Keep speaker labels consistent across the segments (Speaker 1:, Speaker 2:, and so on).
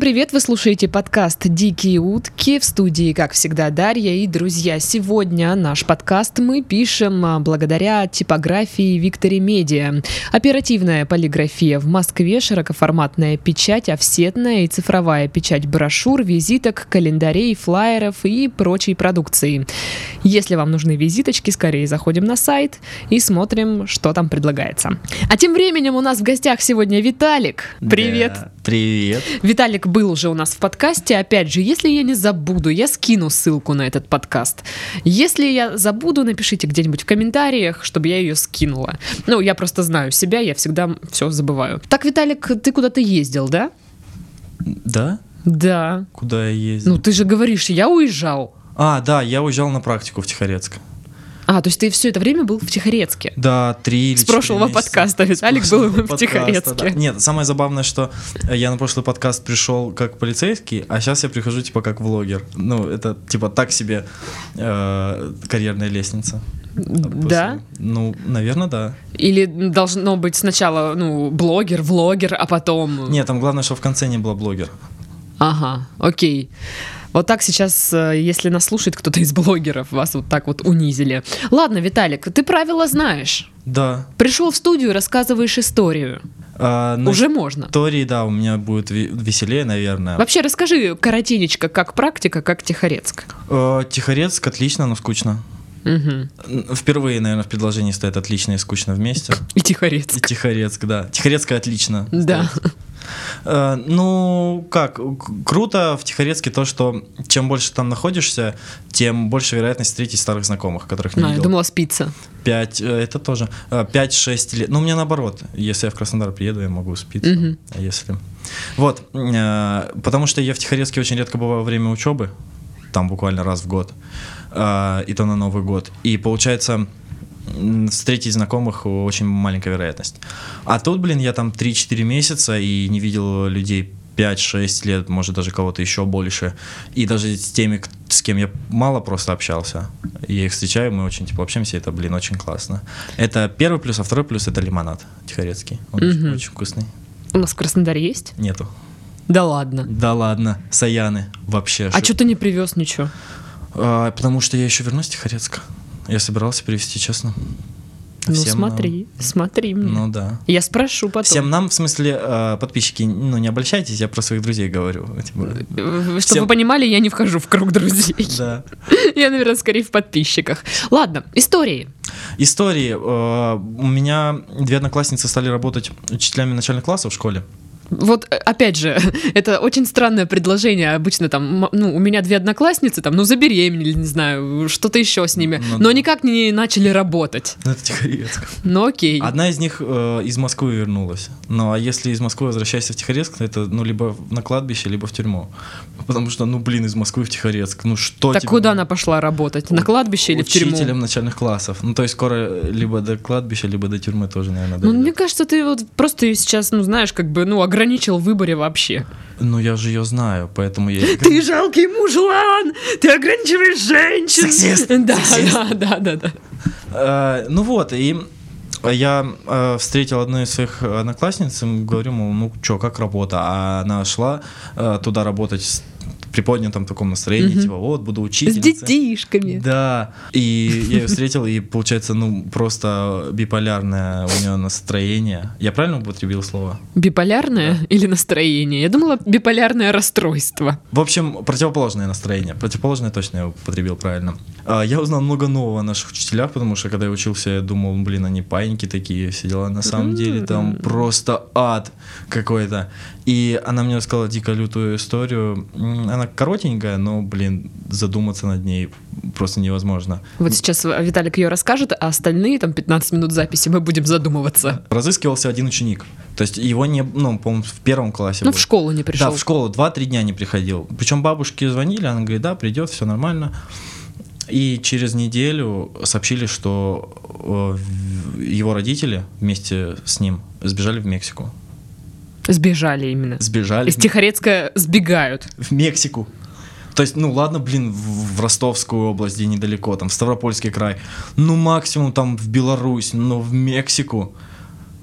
Speaker 1: привет! Вы слушаете подкаст «Дикие утки» в студии, как всегда, Дарья и друзья. Сегодня наш подкаст мы пишем а, благодаря типографии Викторе Медиа. Оперативная полиграфия в Москве, широкоформатная печать, офсетная и цифровая печать брошюр, визиток, календарей, флаеров и прочей продукции. Если вам нужны визиточки, скорее заходим на сайт и смотрим, что там предлагается. А тем временем у нас в гостях сегодня Виталик. Привет!
Speaker 2: Да, Привет.
Speaker 1: Виталик был уже у нас в подкасте. Опять же, если я не забуду, я скину ссылку на этот подкаст. Если я забуду, напишите где-нибудь в комментариях, чтобы я ее скинула. Ну, я просто знаю себя, я всегда все забываю. Так, Виталик, ты куда-то ездил, да?
Speaker 2: Да?
Speaker 1: Да.
Speaker 2: Куда я ездил?
Speaker 1: Ну, ты же говоришь, я уезжал.
Speaker 2: А, да, я уезжал на практику в Тихорецк.
Speaker 1: А, то есть ты все это время был в Тихорецке.
Speaker 2: да, три или
Speaker 1: С
Speaker 2: четыре
Speaker 1: прошлого
Speaker 2: месяца.
Speaker 1: подкаста Виталик был
Speaker 2: Прошлого
Speaker 1: в
Speaker 2: подкаста, да.
Speaker 1: Тихорецке.
Speaker 2: Нет, самое забавное, что э, я на прошлый подкаст пришел как полицейский, а сейчас я прихожу типа как влогер. Ну, это типа так себе э, карьерная лестница. После-
Speaker 1: Да?
Speaker 2: Ну, наверное, да.
Speaker 1: Или должно быть сначала, ну, блогер, влогер, а потом...
Speaker 2: Нет, там главное, что в конце не было блогер.
Speaker 1: Ага, окей. Вот так сейчас, э, если нас слушает кто-то из блогеров, вас вот так вот унизили. Ладно, Виталик, ты правила знаешь.
Speaker 2: Да.
Speaker 1: Пришел в студию, рассказываешь историю.
Speaker 2: А, на
Speaker 1: Уже можно.
Speaker 2: истории, да, у меня будет ве- веселее, наверное.
Speaker 1: Вообще, расскажи коротенечко, как практика, как Тихорецк.
Speaker 2: Э, Тихорецк отлично, но скучно.
Speaker 1: Мгм.
Speaker 2: Н- Впервые, наверное, в предложении стоят отлично и скучно вместе.
Speaker 1: И
Speaker 2: И
Speaker 1: Тихорецк.
Speaker 2: Тихорецк, да. Тихорецкая отлично.
Speaker 1: Да.
Speaker 2: Э, ну, как, к- круто в Тихорецке то, что чем больше там находишься, тем больше вероятность встретить старых знакомых, которых не
Speaker 1: А, я
Speaker 2: видел.
Speaker 1: думала спиться.
Speaker 2: Пять, э, это тоже, э, пять-шесть лет. Ну, у меня наоборот, если я в Краснодар приеду, я могу спиться,
Speaker 1: Мгм.
Speaker 2: а если... Вот, э, потому что я в Тихорецке очень редко бываю во время учебы, там буквально раз в год, э, и то на Новый год. И получается, м, встретить знакомых очень маленькая вероятность. А тут, блин, я там 3-4 месяца и не видел людей 5-6 лет, может, даже кого-то еще больше. И даже с теми, к- с кем я мало просто общался, я их встречаю, мы очень тепло общаемся, и это, блин, очень классно. Это первый плюс, а второй плюс — это лимонад тихорецкий. Он
Speaker 1: Мгм.
Speaker 2: очень, очень вкусный.
Speaker 1: У нас в Краснодаре есть?
Speaker 2: Нету.
Speaker 1: Да ладно.
Speaker 2: Да ладно, Саяны, вообще.
Speaker 1: А
Speaker 2: шик.
Speaker 1: что ты не привез ничего?
Speaker 2: А, потому что я еще вернусь в Тихорецк. Я собирался привезти, честно.
Speaker 1: Ну
Speaker 2: Всем нам.
Speaker 1: смотри, смотри мне.
Speaker 2: Ну да.
Speaker 1: Я спрошу потом.
Speaker 2: Всем нам, в смысле, э, подписчики, ну не обольщайтесь, я про своих друзей говорю. типа.
Speaker 1: Э, Чтобы
Speaker 2: всем-
Speaker 1: вы понимали, я не вхожу в круг друзей.
Speaker 2: Да.
Speaker 1: Я, наверное, скорее в подписчиках. Ладно, истории.
Speaker 2: Истории. Э, У меня две одноклассницы стали работать учителями начальных классов в школе.
Speaker 1: Вот, э, опять же, это очень странное предложение. Обычно там, м- ну, у меня две одноклассницы, там, ну, забеременели, не знаю, что-то еще с ними.
Speaker 2: Ну
Speaker 1: но
Speaker 2: да.
Speaker 1: никак не начали работать.
Speaker 2: Ну, это Тихорецк.
Speaker 1: Ну, окей.
Speaker 2: Одна из них э, из Москвы вернулась. Ну, а если из Москвы возвращаешься в Тихорецк, это, ну, либо на кладбище, либо в тюрьму. Потому что, ну, блин, из Москвы в Тихорецк. Ну, что
Speaker 1: так
Speaker 2: тебе-
Speaker 1: куда она пошла работать? На кладбище или в
Speaker 2: Учителем
Speaker 1: тюрьму?
Speaker 2: начальных классов. Ну, то есть скоро э, либо до кладбища, либо до тюрьмы тоже, наверное,
Speaker 1: Ну,
Speaker 2: дойдет.
Speaker 1: мне кажется, ты вот просто ее сейчас, ну, знаешь, как бы, ну, ограничил в выборе вообще.
Speaker 2: Ну, я же ее знаю, поэтому я...
Speaker 1: Ты жалкий мужлан! Ты ограничиваешь женщин!
Speaker 2: Сексист!
Speaker 1: Да,
Speaker 2: Сексист!
Speaker 1: да, да, да, да.
Speaker 2: Э, Ну вот, и я э, встретил одну из своих одноклассниц, и говорю, мол, ну что, как работа? А она шла э, туда работать с- при поднятом таком настроении,
Speaker 1: Мгм.
Speaker 2: типа, вот, буду
Speaker 1: С
Speaker 2: учительницей.
Speaker 1: детишками.
Speaker 2: Да, и я ее встретил, и получается, ну, просто биполярное у нее настроение. Я правильно употребил слово?
Speaker 1: Биполярное или настроение? Я думала, биполярное расстройство.
Speaker 2: В общем, противоположное настроение. Противоположное точно я употребил правильно. А, Я узнал много нового о наших учителях, потому что когда я учился, я думал, блин, они паиньки такие, все дела. На самом деле там просто ад какой-то. И она мне рассказала дико лютую историю. М, Она коротенькая, но, блин, задуматься над ней просто невозможно.
Speaker 1: Вот сейчас э, Виталик ее расскажет, а остальные там 15 минут записи мы будем задумываться.
Speaker 2: Разыскивался один ученик. То есть его не, ну, по-моему, в первом классе.
Speaker 1: Ну,
Speaker 2: был.
Speaker 1: в школу не пришел.
Speaker 2: Да, в школу 2-3 дня не приходил. Причем бабушке звонили, она говорит, да, придет, все нормально. И через неделю сообщили, что э, в- его родители вместе с ним сбежали в Мексику.
Speaker 1: Сбежали именно.
Speaker 2: Сбежали
Speaker 1: Из
Speaker 2: в, М-
Speaker 1: Тихорецка сбегают.
Speaker 2: в Мексику. То есть, ну ладно, блин, в в Ростовскую область, где недалеко, там, в Ставропольский край. Ну максимум там в Беларусь, но в Мексику.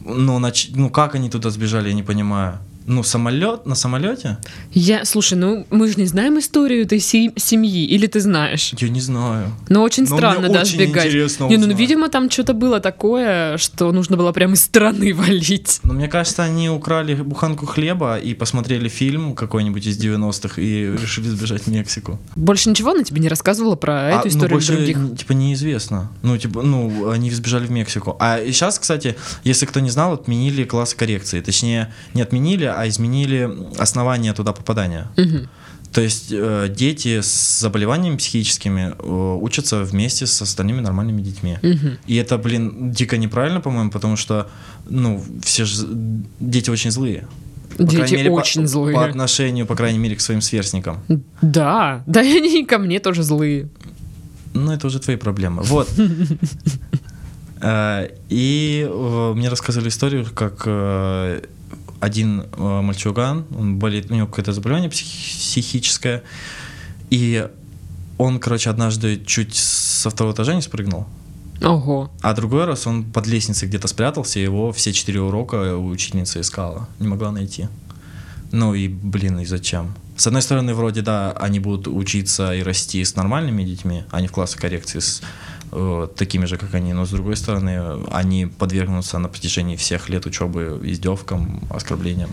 Speaker 2: Ну, нач- ну как они туда сбежали, я не понимаю. Ну, самолет на самолете?
Speaker 1: Я, слушай, ну мы же не знаем историю этой се- семьи, или ты знаешь?
Speaker 2: Я не знаю.
Speaker 1: Но очень
Speaker 2: Но
Speaker 1: странно,
Speaker 2: Ну, мне
Speaker 1: да,
Speaker 2: очень
Speaker 1: сбегать.
Speaker 2: интересно
Speaker 1: не, ну,
Speaker 2: узнать.
Speaker 1: видимо, там что-то было такое, что нужно было прям из страны валить.
Speaker 2: Но Ну, мне кажется, они украли буханку хлеба и посмотрели фильм какой-нибудь из 90-х и решили сбежать в Мексику.
Speaker 1: Больше ничего она тебе не рассказывала про
Speaker 2: А,
Speaker 1: эту историю
Speaker 2: ну, больше,
Speaker 1: или других?
Speaker 2: н- Типа неизвестно. Ну, типа, ну, они сбежали в Мексику. А сейчас, кстати, если кто не знал, отменили класс коррекции. Точнее, не отменили, а изменили основания туда попадания.
Speaker 1: Мгм.
Speaker 2: То есть э, дети с заболеваниями психическими э, учатся вместе с остальными нормальными детьми.
Speaker 1: Мгм.
Speaker 2: И это, блин, дико неправильно, по-моему, потому что, ну, все же дети очень злые. По
Speaker 1: Дети
Speaker 2: крайней мере, по-
Speaker 1: очень злые.
Speaker 2: По отношению, по крайней мере, к своим сверстникам.
Speaker 1: Да, да и они и ко мне тоже злые.
Speaker 2: Ну, это уже твои проблемы. Вот. Э, И э, мне рассказывали историю, как э, один э, мальчуган, он болеет, у него какое-то заболевание псих- психическое, и он, короче, однажды чуть со второго этажа не спрыгнул,
Speaker 1: Ого.
Speaker 2: а другой раз он под лестницей где-то спрятался, и его все четыре урока ученица искала, не могла найти. Ну и, блин, и зачем? С одной стороны, вроде, да, они будут учиться и расти с нормальными детьми, а не в классах коррекции с э, такими же, как они, но с другой стороны, они подвергнутся на протяжении всех лет учебы издевкам, оскорблениям.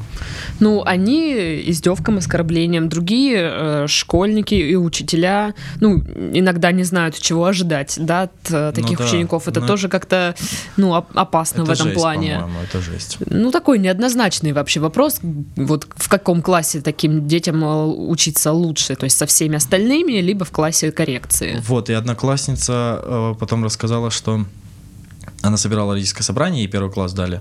Speaker 1: Ну, они издевкам, оскорблениям, другие э, школьники и учителя, ну, иногда не знают, чего ожидать, да, от э,
Speaker 2: Ну
Speaker 1: таких
Speaker 2: да,
Speaker 1: учеников. Это
Speaker 2: ну
Speaker 1: тоже как-то, ну, оп- опасно в этом
Speaker 2: жесть,
Speaker 1: плане.
Speaker 2: по-моему, это жесть.
Speaker 1: Ну, такой неоднозначный вообще вопрос. Вот в каком классе таким детям э, учиться лучше? То есть со всеми остальными, либо в классе коррекции?
Speaker 2: Вот, и одноклассница э, потом рассказала, что она собирала родительское собрание, и первый класс дали.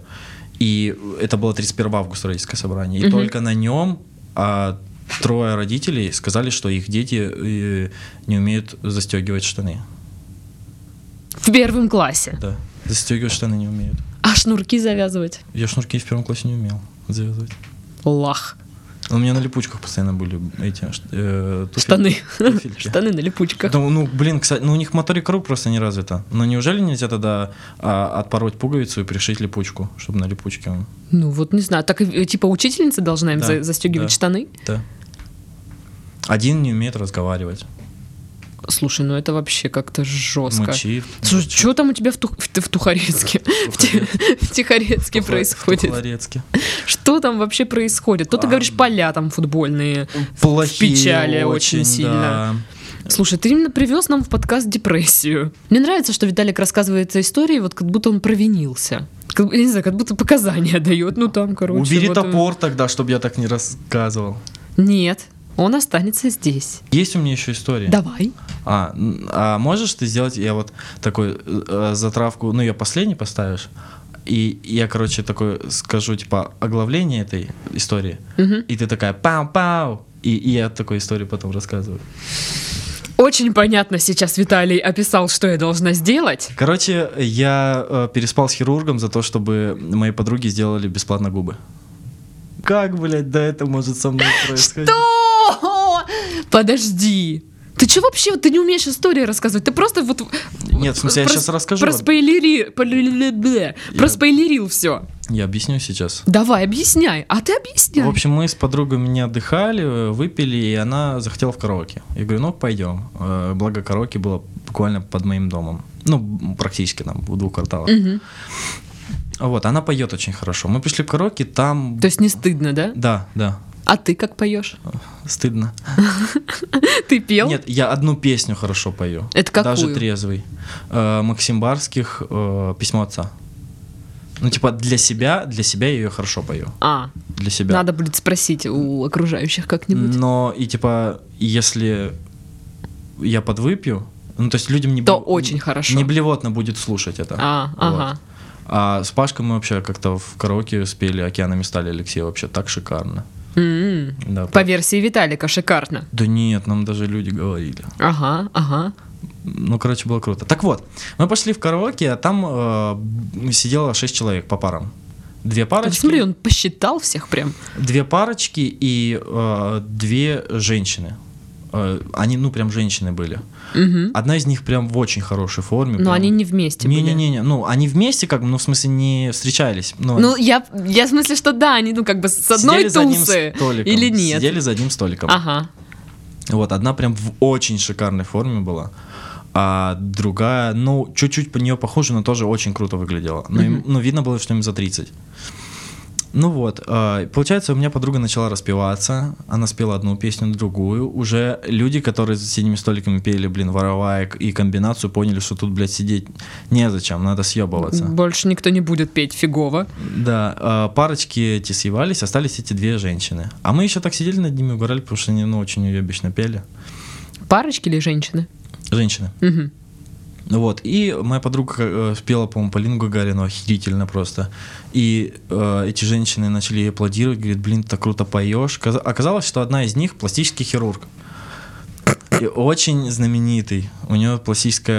Speaker 2: И это было 31 августа родительское собрание. И
Speaker 1: Мгм.
Speaker 2: только на нем а, трое родителей сказали, что их дети э, не умеют застегивать штаны.
Speaker 1: В первом классе.
Speaker 2: Да. Застегивать штаны не умеют.
Speaker 1: А шнурки завязывать?
Speaker 2: Я шнурки в первом классе не умел завязывать.
Speaker 1: Лах.
Speaker 2: У меня на липучках постоянно были эти ш- э, туфельки.
Speaker 1: Штаны.
Speaker 2: Туфельки.
Speaker 1: Штаны на липучках.
Speaker 2: Ну, ну, блин, кстати, ну у них моторика рук просто не развита. Но неужели нельзя тогда а, отпороть пуговицу и пришить липучку, чтобы на липучке он...
Speaker 1: Ну, вот не знаю. Так, э, типа, учительница должна им
Speaker 2: Да,
Speaker 1: за- застегивать
Speaker 2: да.
Speaker 1: штаны?
Speaker 2: Да. Один не умеет разговаривать.
Speaker 1: Слушай, ну это вообще как-то жестко.
Speaker 2: Мычит. ну,
Speaker 1: Слушай, что там у тебя в, Тух- в, в Тухарецке? В Ти- в Тихорецке происходит? Что там вообще происходит? То ты
Speaker 2: А.
Speaker 1: говоришь, поля там футбольные.
Speaker 2: Плохие
Speaker 1: печали очень
Speaker 2: да.
Speaker 1: сильно. Слушай, ты именно привез нам в подкаст депрессию. Мне нравится, что Виталик рассказывает эти истории, вот как будто он провинился. Как, я не знаю, как будто показания дает. Ну там, короче.
Speaker 2: Убери
Speaker 1: вот он-
Speaker 2: топор тогда, чтобы я так не рассказывал.
Speaker 1: Нет, он останется здесь.
Speaker 2: Есть у меня еще история.
Speaker 1: Давай.
Speaker 2: А, н- а можешь ты сделать, я вот такой э, э, затравку, ну ее последний поставишь, и я, короче, такой скажу, типа, оглавление этой истории,
Speaker 1: Мгм.
Speaker 2: и ты такая пау-пау, и, и я такую историю потом рассказываю.
Speaker 1: Очень понятно сейчас Виталий описал, что я должна сделать.
Speaker 2: Короче, я э, переспал с хирургом за то, чтобы моей подруге сделали бесплатно губы. Как, блядь, да это может со мной происходить?
Speaker 1: Что? Подожди. Ты что вообще? Ты не умеешь истории рассказывать. Ты просто вот...
Speaker 2: Нет, в смысле, я
Speaker 1: прос-
Speaker 2: сейчас расскажу.
Speaker 1: проспойлери- поле- бле, Проспойлерил все.
Speaker 2: Я объясню сейчас.
Speaker 1: Давай, объясняй. А ты объясняй.
Speaker 2: В общем, мы с подругой меня отдыхали, э, выпили, и она захотела в караоке. Я говорю, ну пойдем. Э, Благо караоке было буквально под моим домом. Ну, м, практически там, в двух кварталах.
Speaker 1: Мгм.
Speaker 2: Вот, она поет очень хорошо. Мы пришли в караоке, там...
Speaker 1: То есть не стыдно, да?
Speaker 2: Да, да,
Speaker 1: А ты как поешь?
Speaker 2: стыдно.
Speaker 1: Ты пел?
Speaker 2: А, Нет, я одну песню хорошо пою.
Speaker 1: Это какую?
Speaker 2: Даже трезвый. Э, Максим Барских э, «Письмо отца». Ну, типа, для себя, для себя я ее хорошо пою.
Speaker 1: А,
Speaker 2: Для себя.
Speaker 1: надо будет спросить у окружающих как-нибудь.
Speaker 2: Но и типа, если я подвыпью, ну то есть людям не
Speaker 1: То
Speaker 2: бл-
Speaker 1: очень хорошо.
Speaker 2: Не блевотно будет слушать это.
Speaker 1: А, ага.
Speaker 2: А с Пашкой мы вообще как-то в караоке спели «Океанами стали» Алексея вообще так шикарно.
Speaker 1: М.
Speaker 2: Да,
Speaker 1: М-м. По версии Виталика, шикарно.
Speaker 2: да нет, нам даже люди говорили.
Speaker 1: Ага, ага.
Speaker 2: Ну, короче, было круто. Так вот, мы пошли в караоке, а там э, сидело 6 человек по парам. Две парочки.
Speaker 1: Смотри, он посчитал всех прям.
Speaker 2: две парочки и э, две женщины. Э, Они, ну, прям женщины были.
Speaker 1: Мгм.
Speaker 2: Одна из них прям в очень хорошей форме.
Speaker 1: Но
Speaker 2: прям-
Speaker 1: они не вместе были.
Speaker 2: Не-не-не, ну, они вместе как бы, ну, в смысле, не встречались. но
Speaker 1: Ну, я, я в смысле, что да, они, ну, как бы с одной
Speaker 2: сидели за одним
Speaker 1: тусы.
Speaker 2: столиком,
Speaker 1: или нет?
Speaker 2: Сидели за одним столиком.
Speaker 1: Ага.
Speaker 2: Вот, одна прям в очень шикарной форме была, а другая, ну, чуть-чуть по нее похожа, но тоже очень круто выглядела. Ну, им-
Speaker 1: Мгм.
Speaker 2: ну, видно было, что им за 30. Ну вот, а, получается, у меня подруга начала распеваться, она спела одну песню, другую. Уже люди, которые за синими столиками пели, блин, вороваек и комбинацию, поняли, что тут, блядь, сидеть незачем, надо съебываться.
Speaker 1: Больше никто не будет петь фигово.
Speaker 2: Да, а, парочки эти съевались, остались эти две женщины. А мы еще так сидели над ними, угорали, потому что они, ну, очень уебищно пели.
Speaker 1: Парочки или женщины?
Speaker 2: Женщины.
Speaker 1: Мгм.
Speaker 2: Ну Вот, и моя подруга э, спела, по-моему, Полину Гагарину охерительно просто. И э, эти женщины начали ей аплодировать, говорит, блин, ты так круто поешь. Каза- Оказалось, что одна из них пластический хирург. И очень знаменитый. У нее пластическая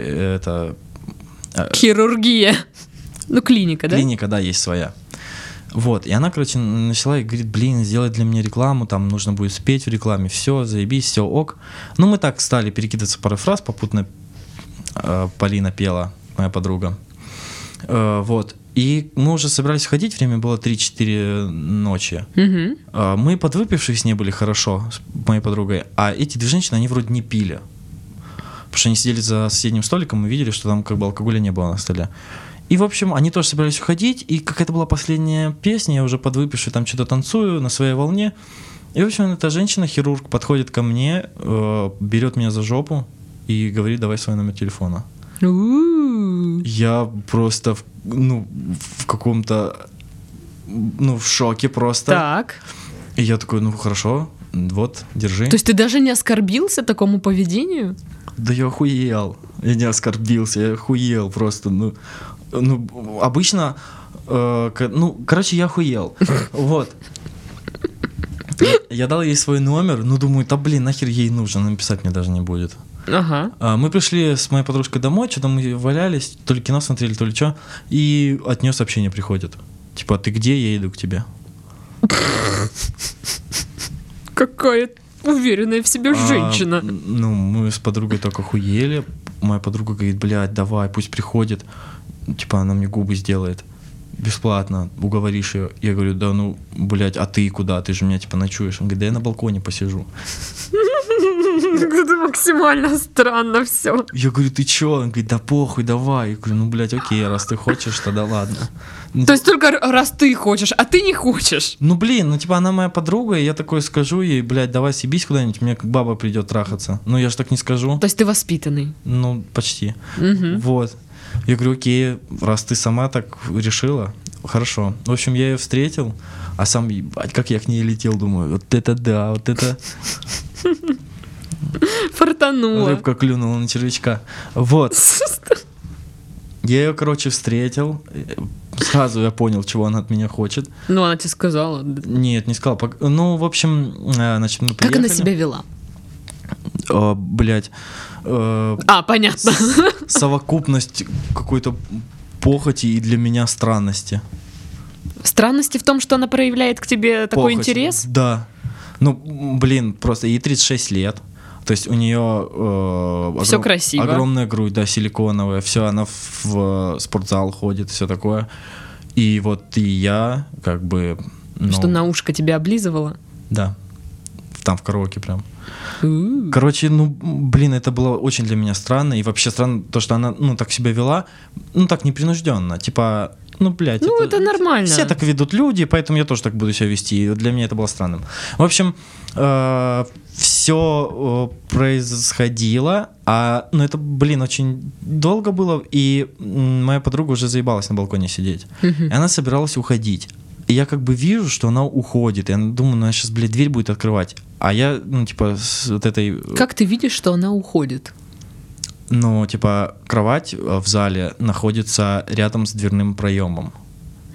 Speaker 2: э, это,
Speaker 1: Хирургия. Ну, клиника, да?
Speaker 2: Э. клиника, да, есть своя. Вот, и она, короче, начала и говорит, блин, сделай для меня рекламу, там нужно будет спеть в рекламе, все, заебись, все, ок. Ну, мы так стали перекидываться парой фраз, попутно э, Полина пела, моя подруга. Э, вот, и мы уже собирались ходить, время было 3-4 ночи.
Speaker 1: Мгм.
Speaker 2: Э, мы подвыпившие с ней были хорошо, с моей подругой, а эти две женщины, они вроде не пили. Потому что они сидели за соседним столиком и видели, что там как бы алкоголя не было на столе. И, в общем, они тоже собирались уходить, и какая-то была последняя песня, я уже подвыпивший там что-то танцую на своей волне. И, в общем, эта женщина-хирург подходит ко мне, э, берет меня за жопу и говорит, давай свой номер телефона.
Speaker 1: У-у-у.
Speaker 2: Я просто, в- ну, в каком-то, ну, в шоке просто.
Speaker 1: Так.
Speaker 2: И я такой, ну хорошо, вот, держи.
Speaker 1: То есть ты даже не оскорбился такому поведению?
Speaker 2: Да я охуел. Я не оскорбился, я охуел просто. Ну, ну обычно, э, ко- ну, короче, я охуел. Вот. Я дал ей свой номер, ну думаю, да блин, нахер ей нужен, она писать мне даже не будет.
Speaker 1: Ага.
Speaker 2: А, Мы пришли с моей подружкой домой, что-то мы валялись, то ли кино смотрели, то ли что, и от нее сообщение приходит. Типа, ты где, я иду к тебе.
Speaker 1: Какая уверенная в себе
Speaker 2: А,
Speaker 1: женщина.
Speaker 2: м, ну, мы с подругой только хуели. Моя подруга говорит, блядь, давай, пусть приходит. Типа, она мне губы сделает. Бесплатно, уговоришь ее. Я говорю, да ну, блядь, а ты куда? Ты же меня, типа, ночуешь. Он говорит, да я на балконе посижу.
Speaker 1: Это максимально странно все.
Speaker 2: Я говорю, ты чё? Он говорит, да похуй, давай. Я говорю, ну, блядь, окей, раз ты хочешь, тогда ладно. Ну,
Speaker 1: То есть только р- раз ты хочешь, а ты не хочешь.
Speaker 2: Ну, блин, ну, типа, она моя подруга, и я такое скажу ей, блядь, давай съебись куда-нибудь, мне баба придет трахаться. Ну, я же так не скажу.
Speaker 1: То есть ты воспитанный.
Speaker 2: Ну, почти.
Speaker 1: Мгм.
Speaker 2: Вот. Я говорю, окей, раз ты сама так решила, хорошо. В общем, я ее встретил, а сам, ебать, как я к ней летел, думаю, вот это да, вот это
Speaker 1: Фартанула.
Speaker 2: рыбка клюнула на червячка. Вот. Я ее, короче, встретил. э, Сразу я понял, чего она от меня хочет.
Speaker 1: Ну, она тебе сказала.
Speaker 2: Нет, не сказал. пок- Ну, в общем, э, значит, мы
Speaker 1: Как она
Speaker 2: приехали.
Speaker 1: себя вела?
Speaker 2: О, блядь. Э,
Speaker 1: А, понятно.
Speaker 2: совокупность какой-то похоти и для меня странности.
Speaker 1: Странности в том, что она проявляет к тебе такой
Speaker 2: Похоть.
Speaker 1: интерес?
Speaker 2: Да. Ну, м, блин, просто ей 36 лет. То есть у нее
Speaker 1: Всё красиво.
Speaker 2: огромная грудь, да, силиконовая, все, она в, в, э, спортзал ходит, все такое. И вот и я, как бы, ну,
Speaker 1: Что на ушко тебя облизывала?
Speaker 2: да, там в караоке прям.
Speaker 1: У.
Speaker 2: Короче, ну, м, блин, это было очень для меня странно, и вообще странно то, что она, ну, так себя вела, ну, так непринужденно, типа, ну, блядь.
Speaker 1: Ну, это нормально.
Speaker 2: Все так ведут люди, поэтому я тоже так буду себя вести. И для меня это было странным. В общем, э, все происходило, а, ну это, блин, очень долго было, и м, моя подруга уже заебалась на балконе сидеть. И
Speaker 1: Мгм.
Speaker 2: она собиралась уходить. И я как бы вижу, что она уходит. Я думаю, ну, она сейчас, блядь, дверь будет открывать. А я, ну, типа, с вот этой... э,
Speaker 1: Как ты видишь, что она уходит?
Speaker 2: Ну, типа, кровать э, в зале находится рядом с дверным проемом.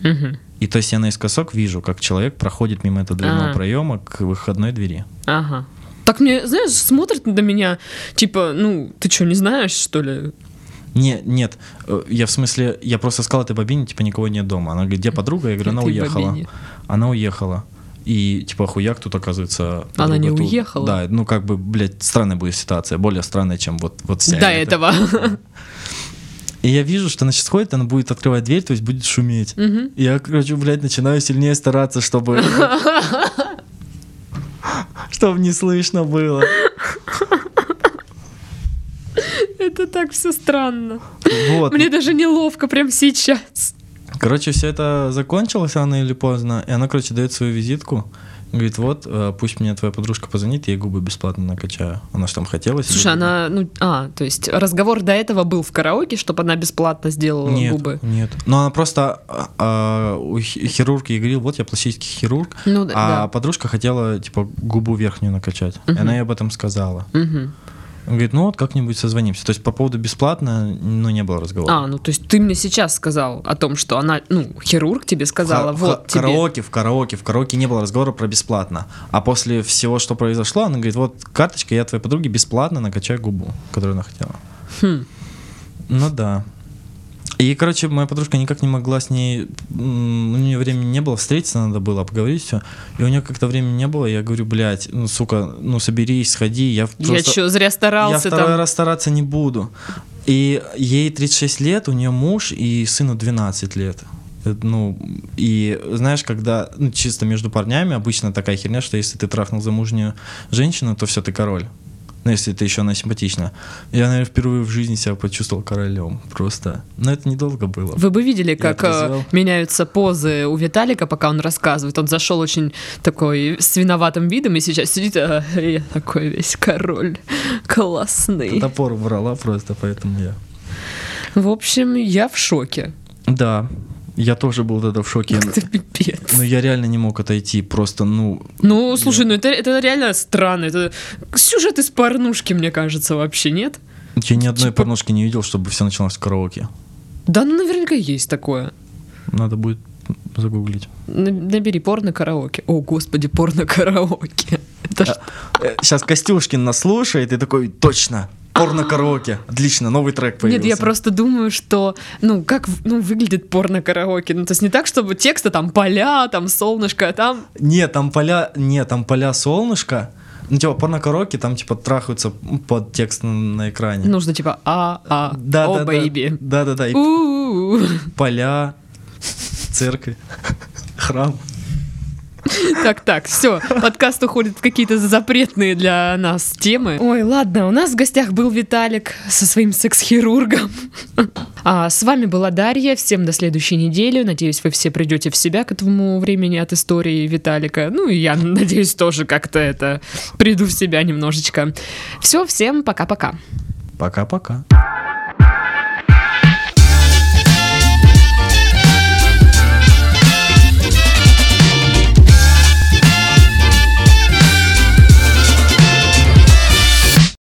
Speaker 1: Мгм.
Speaker 2: И то есть я наискосок вижу, как человек проходит мимо этого дверного
Speaker 1: Ага.
Speaker 2: проема к выходной двери.
Speaker 1: Ага. Так мне, знаешь, смотрит на меня, типа, ну, ты что, не знаешь, что ли?
Speaker 2: Не, нет, э, я в смысле, я просто сказал этой бабине, типа, никого нет дома. Она говорит, где подруга? Я говорю, она
Speaker 1: Этой
Speaker 2: уехала.
Speaker 1: бабине.
Speaker 2: Она уехала. И типа хуяк тут оказывается.
Speaker 1: Она
Speaker 2: подруга
Speaker 1: не
Speaker 2: тут.
Speaker 1: уехала?
Speaker 2: Да, ну как бы, блядь, странная будет ситуация, более странная, чем вот, вот вся
Speaker 1: До
Speaker 2: эта. типа.
Speaker 1: этого.
Speaker 2: И я вижу, что она сейчас ходит, она будет открывать дверь, то есть будет шуметь.
Speaker 1: Мгм.
Speaker 2: Я, короче, блядь, начинаю сильнее стараться, чтобы... Чтобы не слышно было.
Speaker 1: Это так все странно.
Speaker 2: Вот.
Speaker 1: Мне даже неловко прям сейчас.
Speaker 2: Короче, все это закончилось рано или поздно, и она, короче, дает свою визитку. Говорит, вот, э, пусть мне твоя подружка позвонит, я ей губы бесплатно накачаю. Она же там хотела. себе
Speaker 1: Слушай,
Speaker 2: губы.
Speaker 1: она, ну, а, то есть разговор до этого был в караоке, чтобы она бесплатно сделала
Speaker 2: нет,
Speaker 1: губы.
Speaker 2: Нет, но она просто а, а, у хи- хирург ей говорил, вот я пластический хирург,
Speaker 1: Ну да.
Speaker 2: а подружка хотела, типа, губу верхнюю накачать. И
Speaker 1: Мгм.
Speaker 2: она ей об этом сказала.
Speaker 1: да. Мгм.
Speaker 2: Он говорит, ну вот как-нибудь созвонимся. То есть по поводу бесплатно, ну, не было разговора.
Speaker 1: А, ну то есть ты мне сейчас сказал о том, что она, ну, хирург тебе сказала,
Speaker 2: Ха-
Speaker 1: вот
Speaker 2: ха-
Speaker 1: тебе.
Speaker 2: караоке, в караоке, в караоке не было разговора про бесплатно. А после всего, что произошло, она говорит, вот карточка, я твоей подруге бесплатно накачаю губу, которую она хотела.
Speaker 1: Хм.
Speaker 2: Ну да. И, короче, моя подружка никак не могла с ней... м, У нее времени не было, встретиться надо было, поговорить все. И у нее как-то времени не было, я говорю, блядь, ну, сука, ну, соберись, сходи. Я
Speaker 1: Я
Speaker 2: просто-
Speaker 1: что, зря
Speaker 2: я
Speaker 1: старался
Speaker 2: второй
Speaker 1: там?
Speaker 2: раз стараться не буду. И ей 36 лет, у нее муж и сыну 12 лет. Э, Ну, и знаешь, когда ну, чисто между парнями обычно такая херня, что если ты трахнул замужнюю женщину, то все, ты король. Ну, если ты еще она симпатична. Я, наверное, впервые в жизни себя почувствовал королем. Просто. Но это недолго было.
Speaker 1: Вы бы видели, как э,
Speaker 2: отрезвел.
Speaker 1: меняются позы у Виталика, пока он рассказывает. Он зашел очень такой с виноватым видом и сейчас сидит, а, я такой весь король, классный.
Speaker 2: Топор брала просто, поэтому я.
Speaker 1: В общем, я в шоке.
Speaker 2: Да. Я тоже был тогда в шоке.
Speaker 1: Это пипец.
Speaker 2: Но я реально не мог отойти. Просто, ну,
Speaker 1: Ну, слушай, ну это, это реально странно. Это сюжет из порнушки, мне кажется, вообще нет.
Speaker 2: я ни одной
Speaker 1: Типа-
Speaker 2: порношки не видел, чтобы все начиналось в караоке.
Speaker 1: Да, ну наверняка есть такое.
Speaker 2: Надо будет загуглить.
Speaker 1: На- Набери порно-караоке. О, господи, порно-караоке. Это ж-
Speaker 2: Сейчас Костюшкин нас слушает и такой, точно, порно-караоке. Отлично, новый трек А, появился.
Speaker 1: Нет, я просто думаю, что, ну, как в- ну, выглядит порно-караоке. Ну, то есть не так, чтобы текста там поля, там солнышко, а там...
Speaker 2: Нет, там поля, нет, там поля солнышко. Ну, типа, порно-караоке, там, типа, трахаются под текст на, на экране.
Speaker 1: Нужно типа а-а,
Speaker 2: да,
Speaker 1: о,
Speaker 2: да,
Speaker 1: бэйби.
Speaker 2: Да, да, да, и
Speaker 1: У-у-у.
Speaker 2: поля, церковь, храм.
Speaker 1: Так, так, все. Подкаст уходит в какие-то запретные для нас темы. Ой, ладно, у нас в гостях был Виталик со своим секс-хирургом. А с вами была Дарья. Всем до следующей недели. Надеюсь, вы все придете в себя к этому времени от истории Виталика. Ну и я, надеюсь, тоже как-то это приду в себя немножечко. Все, всем пока-пока.
Speaker 2: Пока-пока.